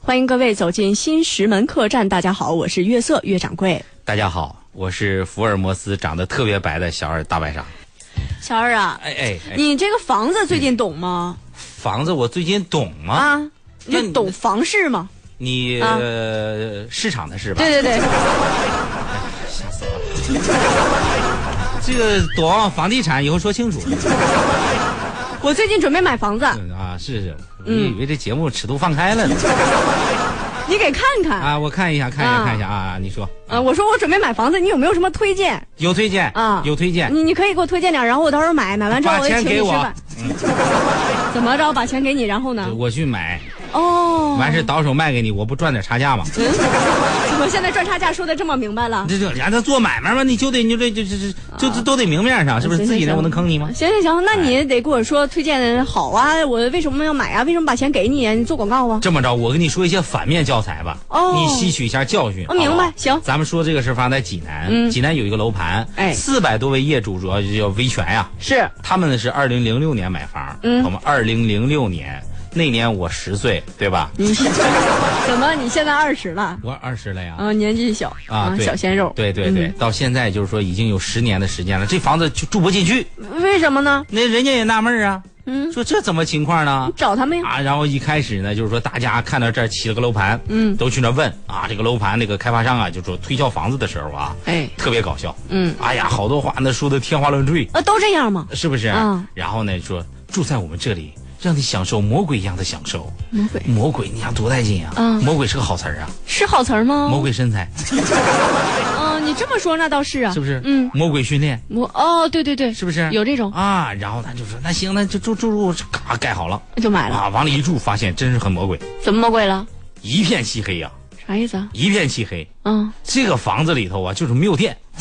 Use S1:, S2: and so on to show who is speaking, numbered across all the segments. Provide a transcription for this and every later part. S1: 欢迎各位走进新石门客栈。大家好，我是月色月掌柜。
S2: 大家好，我是福尔摩斯长得特别白的小二大白鲨。
S1: 小二啊，
S2: 哎哎哎，
S1: 你这个房子最近懂吗？
S2: 房子我最近懂吗？
S1: 啊，
S2: 那
S1: 你
S2: 你
S1: 懂房事吗？
S2: 你、
S1: 啊
S2: 呃市场的是吧？
S1: 对对 对，
S2: 这个躲往房地产以后说清楚
S1: 我最近准备买房子，
S2: 啊，是是，我以为这节目尺度放开了呢、
S1: 你给看看。
S2: 啊，我看一下，看一下，
S1: 啊
S2: 看一下啊，你说
S1: 呃，我说我准备买房子，你有没有什么推荐？
S2: 有推荐
S1: 啊
S2: 有推荐，
S1: 你你可以给我推荐点，然后我到时候买，买完之后
S2: 把
S1: 就
S2: 钱
S1: 请你
S2: 给
S1: 吃
S2: 我
S1: 饭。怎么着？把钱给你，然后呢？
S2: 我去买，
S1: 嗯哦，
S2: 完事倒手卖给你，我不赚点差价吗？
S1: 嗯怎么现在赚差价说的这么明白了？
S2: 这这人家做买卖嘛，你就得你就这这这这这都得明面上，是不是？
S1: 行
S2: 自己
S1: 行行
S2: 人我能坑你吗？
S1: 行行行，那你得跟我说推荐好啊，我为什么要买啊？为什么把钱给你啊？你做广告啊？
S2: 这么着，我跟你说一些反面教材吧，
S1: 哦
S2: 你吸取一下教训。
S1: 哦明白
S2: 好不好
S1: 行
S2: 咱们说这个事儿发生在济南，
S1: 嗯
S2: 济南有一个楼盘，
S1: 哎
S2: 四百多位业主主要就叫维权呀、
S1: 是，
S2: 他们呢是二零零六年买房，
S1: 嗯
S2: 我们二零零六年那年我十岁，对吧？
S1: 你 怎么你现在二十了？
S2: 我二十了呀。
S1: 嗯、年纪小
S2: 啊，对
S1: 小鲜肉。嗯
S2: 对对对，到现在就是说已经有十年的时间了，这房子就住不进去，
S1: 为什么呢？
S2: 那人家也纳闷儿啊，
S1: 嗯，
S2: 说这怎么情况呢？
S1: 找他们呀。
S2: 啊，然后一开始呢，就是说大家看到这儿起了个楼盘，
S1: 嗯
S2: 都去那儿问啊，这个楼盘那个开发商啊，就说推销房子的时候啊，
S1: 哎，
S2: 特别搞笑，
S1: 嗯，
S2: 哎呀，好多话那说的天花乱坠，
S1: 啊，都这样吗？
S2: 是不是？
S1: 嗯
S2: 然后呢，说住在我们这里，让你享受魔鬼一样的享受。
S1: 魔鬼
S2: 魔鬼，你想多带劲啊！
S1: 嗯
S2: 魔鬼是个好词儿啊，
S1: 是好词儿吗？
S2: 魔鬼身材
S1: 嗯、你这么说那倒是啊，
S2: 是不是？
S1: 嗯，
S2: 魔鬼训练
S1: 魔哦，对对对，
S2: 是不是？
S1: 有这种
S2: 啊，然后咱就说那行，那就住住住，嘎盖好了
S1: 就买了，
S2: 啊，往里一住，发现真是很魔鬼，
S1: 怎么魔鬼了？
S2: 一片漆黑呀、
S1: 啥意思啊？
S2: 一片漆黑。
S1: 嗯，
S2: 这个房子里头啊，就是没有电。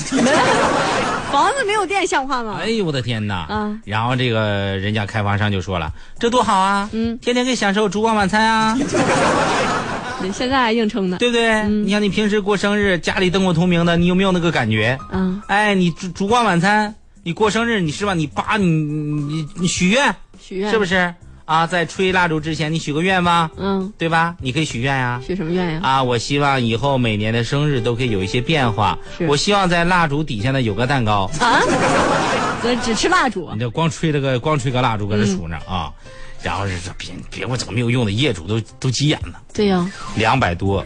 S1: 房子没有电像话吗
S2: 哎？呦我的天哪！
S1: 啊
S2: 然后这个人家开发商就说了，这多好啊，
S1: 嗯
S2: 天天可以享受烛光晚餐啊，
S1: 你现在还硬撑呢。
S2: 对不对？
S1: 嗯
S2: 你看你平时过生日，家里灯火通明的，你有没有那个感觉？
S1: 嗯，
S2: 哎，你烛烛光晚餐，你过生日，你是吧？你叭，你你你许愿
S1: 许愿
S2: 是不
S1: 是？
S2: 是？啊，在吹蜡烛之前，你许个愿吧，
S1: 嗯，
S2: 对吧？你可以许愿呀、
S1: 许什么愿呀？
S2: 啊，我希望以后每年的生日都可以有一些变化
S1: 是。
S2: 我希望在蜡烛底下呢有个蛋糕。
S1: 啊， 只只吃蜡烛啊
S2: 你。这光吹了个光吹个蜡烛搁
S1: 嗯
S2: 这数呢、啊，然后是说别别我整没有用的，业主都都急眼了，
S1: 对呀、
S2: 两百多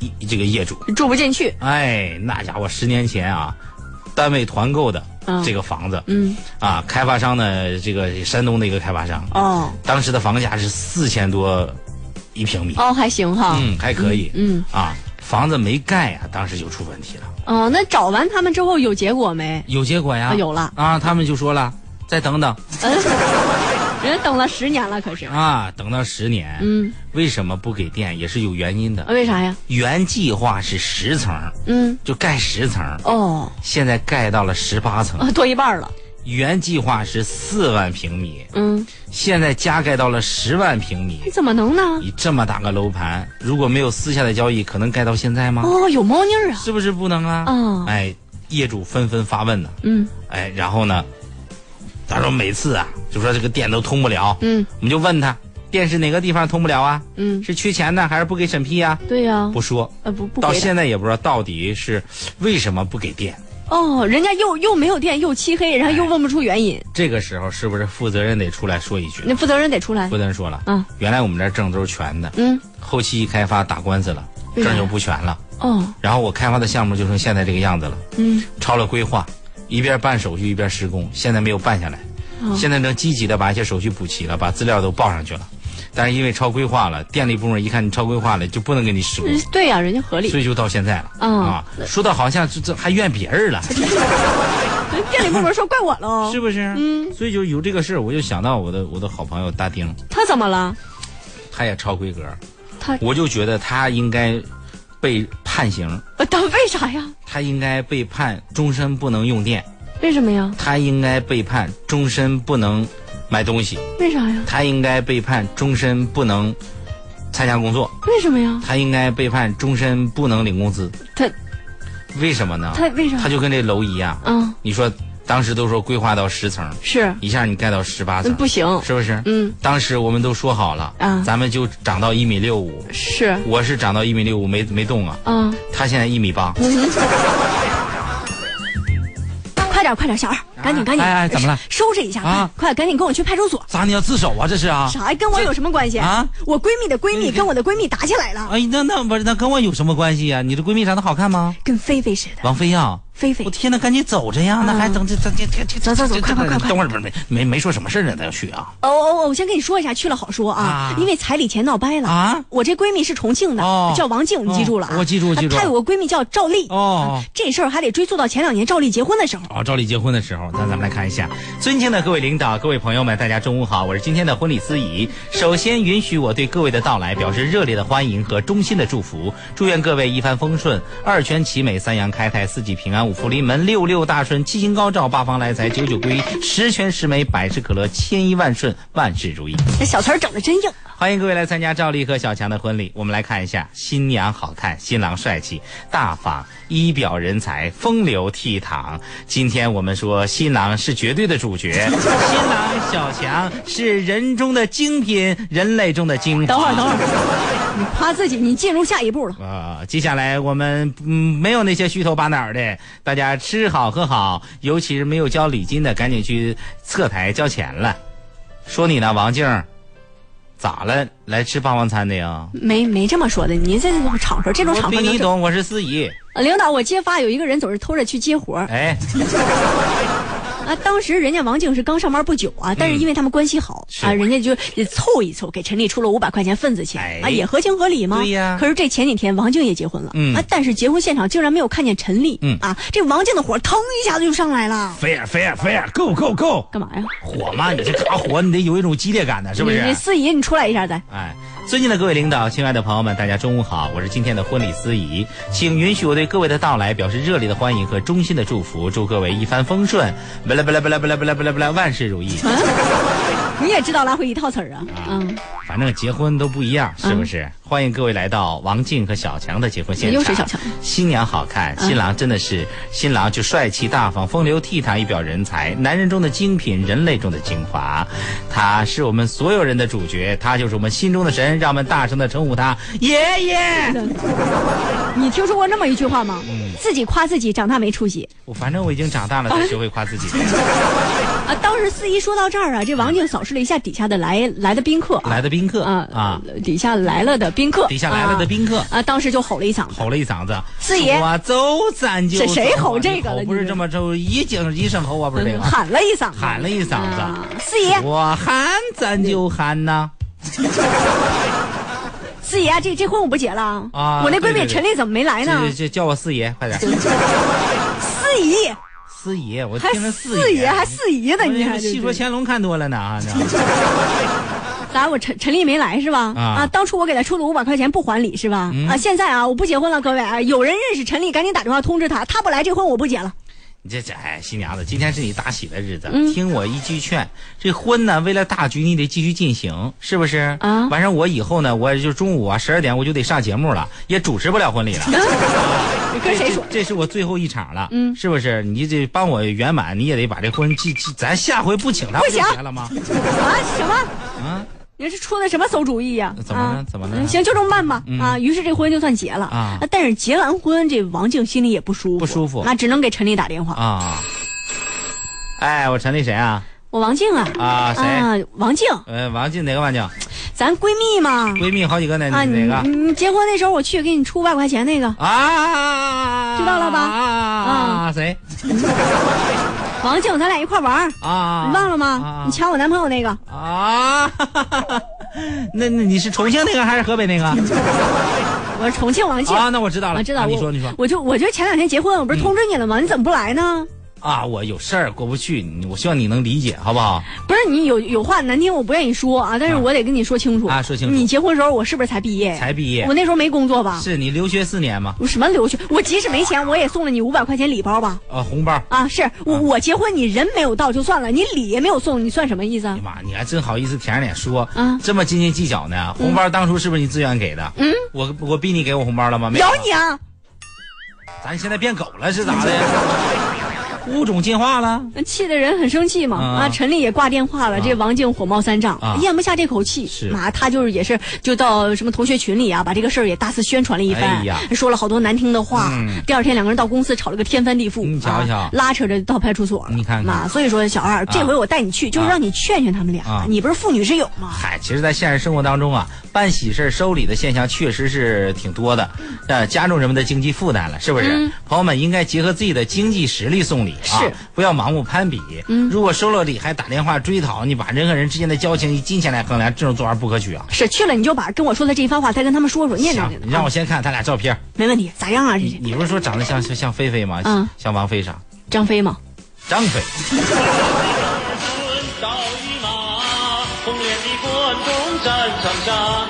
S2: 一这个业主，
S1: 住不进去。
S2: 哎，那家伙十年前啊，单位团购的
S1: 嗯
S2: 这个房子、
S1: 嗯，
S2: 啊，开发商呢这个山东的一个开发商，
S1: 哦
S2: 当时的房价是四千多一平米，
S1: 哦，还行哈。
S2: 嗯，还可以，
S1: 嗯，
S2: 啊，房子没盖啊，当时就出问题了，
S1: 哦，那找完他们之后有结果没？
S2: 有结果呀，
S1: 啊，有了。
S2: 啊，他们就说了，再等等
S1: 嗯，人家等了十年了，可是。
S2: 啊，等到十年，
S1: 嗯，啊
S2: 为什么不给电也是有原因的。
S1: 为啥呀？
S2: 原计划是十层，
S1: 嗯，
S2: 就盖十层，
S1: 哦，
S2: 现在盖到了十八层。
S1: 啊多一半了。
S2: 原计划是四万平米，
S1: 嗯，
S2: 现在加盖到了十万平米
S1: 你。怎么能呢？
S2: 你这么大个楼盘，如果没有私下的交易，可能盖到现在吗？
S1: 哦，有猫腻儿啊。
S2: 是不是不能啊？
S1: 嗯
S2: 哎，业主纷纷发问呢。
S1: 嗯
S2: 哎，然后呢，他说每次啊，就说这个电都通不了，
S1: 嗯
S2: 我们就问他电是哪个地方通不了啊？
S1: 嗯，
S2: 是缺钱呢，还是不给审批呀、
S1: 对呀、
S2: 不说，
S1: 呃，不不
S2: 到
S1: 回答。
S2: 现在也不知道到底是为什么不给电。
S1: 哦，人家又又没有电，又漆黑，然
S2: 哎
S1: 后又问不出原因，
S2: 这个时候是不是负责人得出来说一句？
S1: 那负责人得出来
S2: 负。责人说了，
S1: 嗯，
S2: 原来我们这儿证都是全的，
S1: 嗯，
S2: 后期一开发打官司了，
S1: 为啥呀
S2: 证就不全了。
S1: 哦，
S2: 然后我开发的项目就成现在这个样子了，
S1: 嗯，
S2: 超了规划，一边办手续一边施工，现在没有办下来，
S1: 哦
S2: 现在正积极的把一些手续补齐了，把资料都报上去了，但是因为超规划了，电力部门一看你超规划了，就不能给你施工。
S1: 嗯对呀、人家合理。
S2: 所以就到现在了、
S1: 嗯
S2: 啊，说的好像这这还怨别人了，
S1: 人哎店里部门说怪我喽
S2: 是，不是？
S1: 嗯，
S2: 所以就有这个事儿，我就想到我的我的好朋友大丁，
S1: 他怎么了？
S2: 他也超规格，
S1: 他
S2: 我就觉得他应该被判刑，
S1: 呃他为啥呀？
S2: 他应该被判终身不能用电，
S1: 为什么呀？
S2: 他应该被判终身不能买东西，
S1: 为啥呀？
S2: 他应该被判终身不能参加工作，
S1: 为什么呀？
S2: 他应该被判终身不能领工资。
S1: 他
S2: 为什么呢？
S1: 他为啥？
S2: 他就跟这楼一样，
S1: 嗯
S2: 你说当时都说规划到十层，
S1: 是，
S2: 一下你盖到十八层
S1: 嗯，，不行，
S2: 是不是？
S1: 嗯，
S2: 当时我们都说好了，
S1: 啊
S2: 咱们就长到一米六五，
S1: 是，
S2: 我是长到一米六五没没动啊，
S1: 嗯，
S2: 他现在一米八，
S1: 快点快点，小二，赶紧赶紧，
S3: 哎哎怎么了
S1: 收拾一下，
S3: 啊
S1: 快快赶紧跟我去派出所。
S3: 咋你要自首啊？这是啊？
S1: 啥呀？跟我有什么关系
S3: 啊？
S1: 我闺蜜的闺蜜跟我的闺蜜打起来了，
S3: 哎，那那不是那跟我有什么关系呀、你这闺蜜长得好看吗？
S1: 跟菲菲似的。
S3: 王菲呀、
S1: 菲菲
S3: 我，天呐，赶紧走着呀！那还等这这这这这
S1: 走走走快快快快
S3: 等会儿不是没没没说什么事儿呢，他要去啊
S1: 哦哦哦，我先跟你说一下，去了好说啊
S3: 啊，
S1: 因为彩礼钱闹掰了。
S3: 啊！
S1: 我这闺蜜是重庆的
S3: 哦，
S1: 叫王静，你记住了啊
S3: 哦？我记住我记住
S1: 她有个闺蜜叫赵丽，
S3: 哦
S1: 这事儿还得追溯到前两年赵丽结婚的时候。
S2: 哦，照例结婚的时候，那咱们来看一下，尊敬的各位领导、各位朋友们，大家中午好，我是今天的婚礼司仪。首先允许我对各位的到来表示热烈的欢迎和衷心的祝福，祝愿各位一帆风顺，二全其美，三阳开泰，四季平安，五福临门，六六大顺，七星高照，八方来财，九九归一，十全十美，百事可乐，千依万顺，万事如意。
S1: 这小词儿整的真硬。
S2: 欢迎各位来参加赵丽和小强的婚礼。我们来看一下，新娘好看，新郎帅气，大方，仪表人才，风流倜傥。今天我们说，新郎是绝对的主 角，新郎小强是人中的精品，人类中的精华。
S1: 等会儿，等会儿，你夸自己，你进入下一步了。
S2: 啊，接下来我们嗯没有那些虚头巴脑的，大家吃好喝好，尤其是没有交礼金的，赶紧去侧台交钱了。说你呢，王静儿，咋了？来吃霸王餐的呀？
S1: 没没这么说的，你在这种场合，这种
S2: 我
S1: 场
S2: 比
S1: 合能
S2: 你
S1: 整
S2: 懂，我是司仪。
S1: 呃领导，我揭发有一个人总是偷着去接活儿
S2: 哎，
S1: 啊。当时人家王静是刚上班不久啊，但是因为他们关系好、
S2: 嗯是
S1: 啊，人家就也凑一凑，给陈丽出了五百块钱份子钱、
S2: 哎
S1: 啊，也合情合理嘛。
S2: 对呀
S1: 可是这前几天王静也结婚了、
S2: 嗯
S1: 啊，但是结婚现场竟然没有看见陈丽、
S2: 嗯
S1: 啊，这王静的火腾一下子就上来了。
S2: 菲尔，菲尔，菲尔，Go Go Go！
S1: 干嘛呀？
S2: 火嘛，你这嘎火，你得有一种激烈感呢，是不是啊
S1: 你？你四姨，你出来一下再。
S2: 哎，尊敬的各位领导，亲爱的朋友们，大家中午好，我是今天的婚礼司仪，请允许我对各位的到来表示热烈的欢迎和衷心的祝福，祝各位一帆风顺，不啦不啦不啦不啦不啦不啦不啦，万事如意。
S1: 你也知道来回一套词儿啊，嗯，
S2: 反正结婚都不一样，是不是？欢迎各位来到王静和小强的结婚现场。
S1: 又是小强，嗯
S2: 新娘好看，新郎真的是、新郎就帅气大方、风流倜傥、一表人才，男人中的精品，人类中的精华。他是我们所有人的主角，他就是我们心中的神，让我们大声的称呼他爷爷。
S1: 你听说过那么一句话吗？
S2: 嗯
S1: 自己夸自己长大没出息
S2: 我反正我已经长大了，
S1: 哎
S2: 才学会夸自己。
S1: 啊！当时四姨说到这儿啊，这王静扫视了一下底下的来来的宾客啊，
S2: 来的宾客
S1: 啊
S2: 啊，
S1: 底下来了的宾客，
S2: 底下来了的宾客。
S1: 啊，啊当时就吼了一嗓子，
S2: 吼了一嗓子，
S1: 四爷
S2: 我走咱就
S1: 这
S2: 走
S1: 谁吼这个了
S2: 吼不是
S1: 你
S2: 这么吼，一景一声吼啊，不是这个，
S1: 嗯喊了一嗓子，
S2: 喊了一嗓
S1: 啊
S2: 子，
S1: 四姨，
S2: 我喊咱就喊呐。
S1: 四姨啊，这这婚我不结了
S2: 啊
S1: 我那闺
S2: 对对
S1: 蜜
S2: 对
S1: 陈丽怎么没来呢
S2: 这？这叫我四爷，快点！
S1: 四姨
S2: 四爷，我
S1: 还
S2: 听着
S1: 四
S2: 爷，
S1: 爷还四姨呢，
S2: 我
S1: 你
S2: 这
S1: 还
S2: 个戏说乾隆看多了呢 啊！这
S1: 咋我陈陈丽没来是吧？
S2: 啊嗯
S1: 当初我给她出的五百块钱不还礼是吧？啊，现在啊，我不结婚了，各位啊，有人认识陈丽，赶紧打电话通知她，她不来这婚我不结了。
S2: 你这这哎，新娘子，今天是你大喜的日子，
S1: 嗯
S2: 听我一句劝，这婚呢，为了大局，你得继续进行，是不是？
S1: 啊
S2: 完事儿我以后呢，我就中午啊十二点我就得上节目了，也主持不了婚礼了。
S1: 你跟谁说？
S2: 这？这是我最后一场了，嗯，是不是？你这帮我圆满，你也得把这婚记记，咱下回不请他
S1: 不
S2: 就
S1: 行
S2: 行了吗？
S1: 啊什么？
S2: 啊，
S1: 你这出的什么馊主意呀、
S2: 怎么了
S1: 啊
S2: 怎么了
S1: 嗯行，就这么办吧。啊，于是这婚就算结了
S2: 啊
S1: 但是结完婚，这王静心里也不舒服，
S2: 不舒服
S1: 那只能给陈丽打电话。
S2: 啊，哎，我成立谁啊？
S1: 我王静啊，
S2: 啊，谁？
S1: 啊，王静，
S2: 呃，王静哪个王静？
S1: 咱闺蜜嘛。
S2: 闺蜜好几个呢，
S1: 啊，
S2: 你
S1: 你
S2: 哪个？
S1: 你结婚那时候我去给你出五百块钱那个
S2: 啊，
S1: 知道了吧
S2: 啊，谁？
S1: 王静，咱俩一块玩儿，
S2: 啊，
S1: 你忘了吗？你抢我男朋友那个。
S2: 啊？啊， 哈哈哈哈那那你是重庆那个还是河北那个？
S1: 我是重庆王静，
S2: 啊，那我知道了，
S1: 我知道。
S2: 啊你
S1: 我
S2: 说你说嗯
S1: 我就我就前两天结婚，我不是通知你了吗？你怎么不来呢？
S2: 啊，我有事儿过不去，你我希望你能理解，好不好？
S1: 不是你有有话难听，我不愿意说啊，但是
S2: 啊
S1: 我得跟你说清楚
S2: 啊说清楚
S1: 你结婚时候我是不是才毕业呀？
S2: 才毕业
S1: 我，那时候没工作吧？
S2: 是你留学四年吗？
S1: 我什么留学？我即使没钱，我也送了你五百块钱礼包吧？
S2: 啊，红包。
S1: 啊，是我、我结婚你人没有到就算了，你礼也没有送，你算什么意思
S2: 哎
S1: 啊
S2: 呀？妈，你还真好意思舔着脸说
S1: 啊
S2: 这么斤斤计较呢？红包当初是不是你自愿给的？嗯，我我逼你给我红包了吗？没
S1: 有你啊！
S2: 咱现在变狗了是咋的？物种进化了。
S1: 那气的人很生气嘛
S2: 啊
S1: 啊！陈丽也挂电话了，这王静火冒三丈
S2: 啊，
S1: 咽不下这口气
S2: 是，
S1: 妈，他就是也是就到什么同学群里啊，把这个事儿也大肆宣传了一番
S2: 哎呀，
S1: 说了好多难听的话。第二天两个人到公司吵了个天翻地覆
S2: 你，嗯瞧
S1: 啊
S2: 瞧
S1: 拉扯着到派出所了。
S2: 你看看
S1: 妈，所以说小二，这回我带你去，就是让你劝劝他们俩，
S2: 啊
S1: 你不是妇女之友吗？
S2: 嗨，其实，在现实生活当中啊，办喜事儿收礼的现象确实是挺多的，呃，加重人们的经济负担了，是不是？朋友们应该结合自己的经济实力送礼啊，
S1: 是
S2: 不要盲目攀比。如果收了礼还打电话追讨，你把人和人之间的交情以金钱来衡量，这种做法不可取啊。
S1: 是去了你就把跟我说的这一番话再跟他们说说，念叨
S2: 行
S1: 念，
S2: 你
S1: 叨
S2: 让
S1: 啊，
S2: 我先看他俩照片儿。
S1: 没问题，咋样啊？这
S2: 你
S1: 这
S2: 你不是说长得像像像菲菲吗？
S1: 嗯
S2: 像王菲啥？
S1: 张飞吗？
S2: 张菲。
S4: 赵一马，红脸的关公战长沙，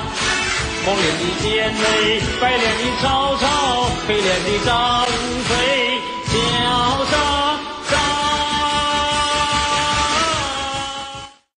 S4: 红脸的奸妃，白脸的曹操，黑脸的张飞，潇洒。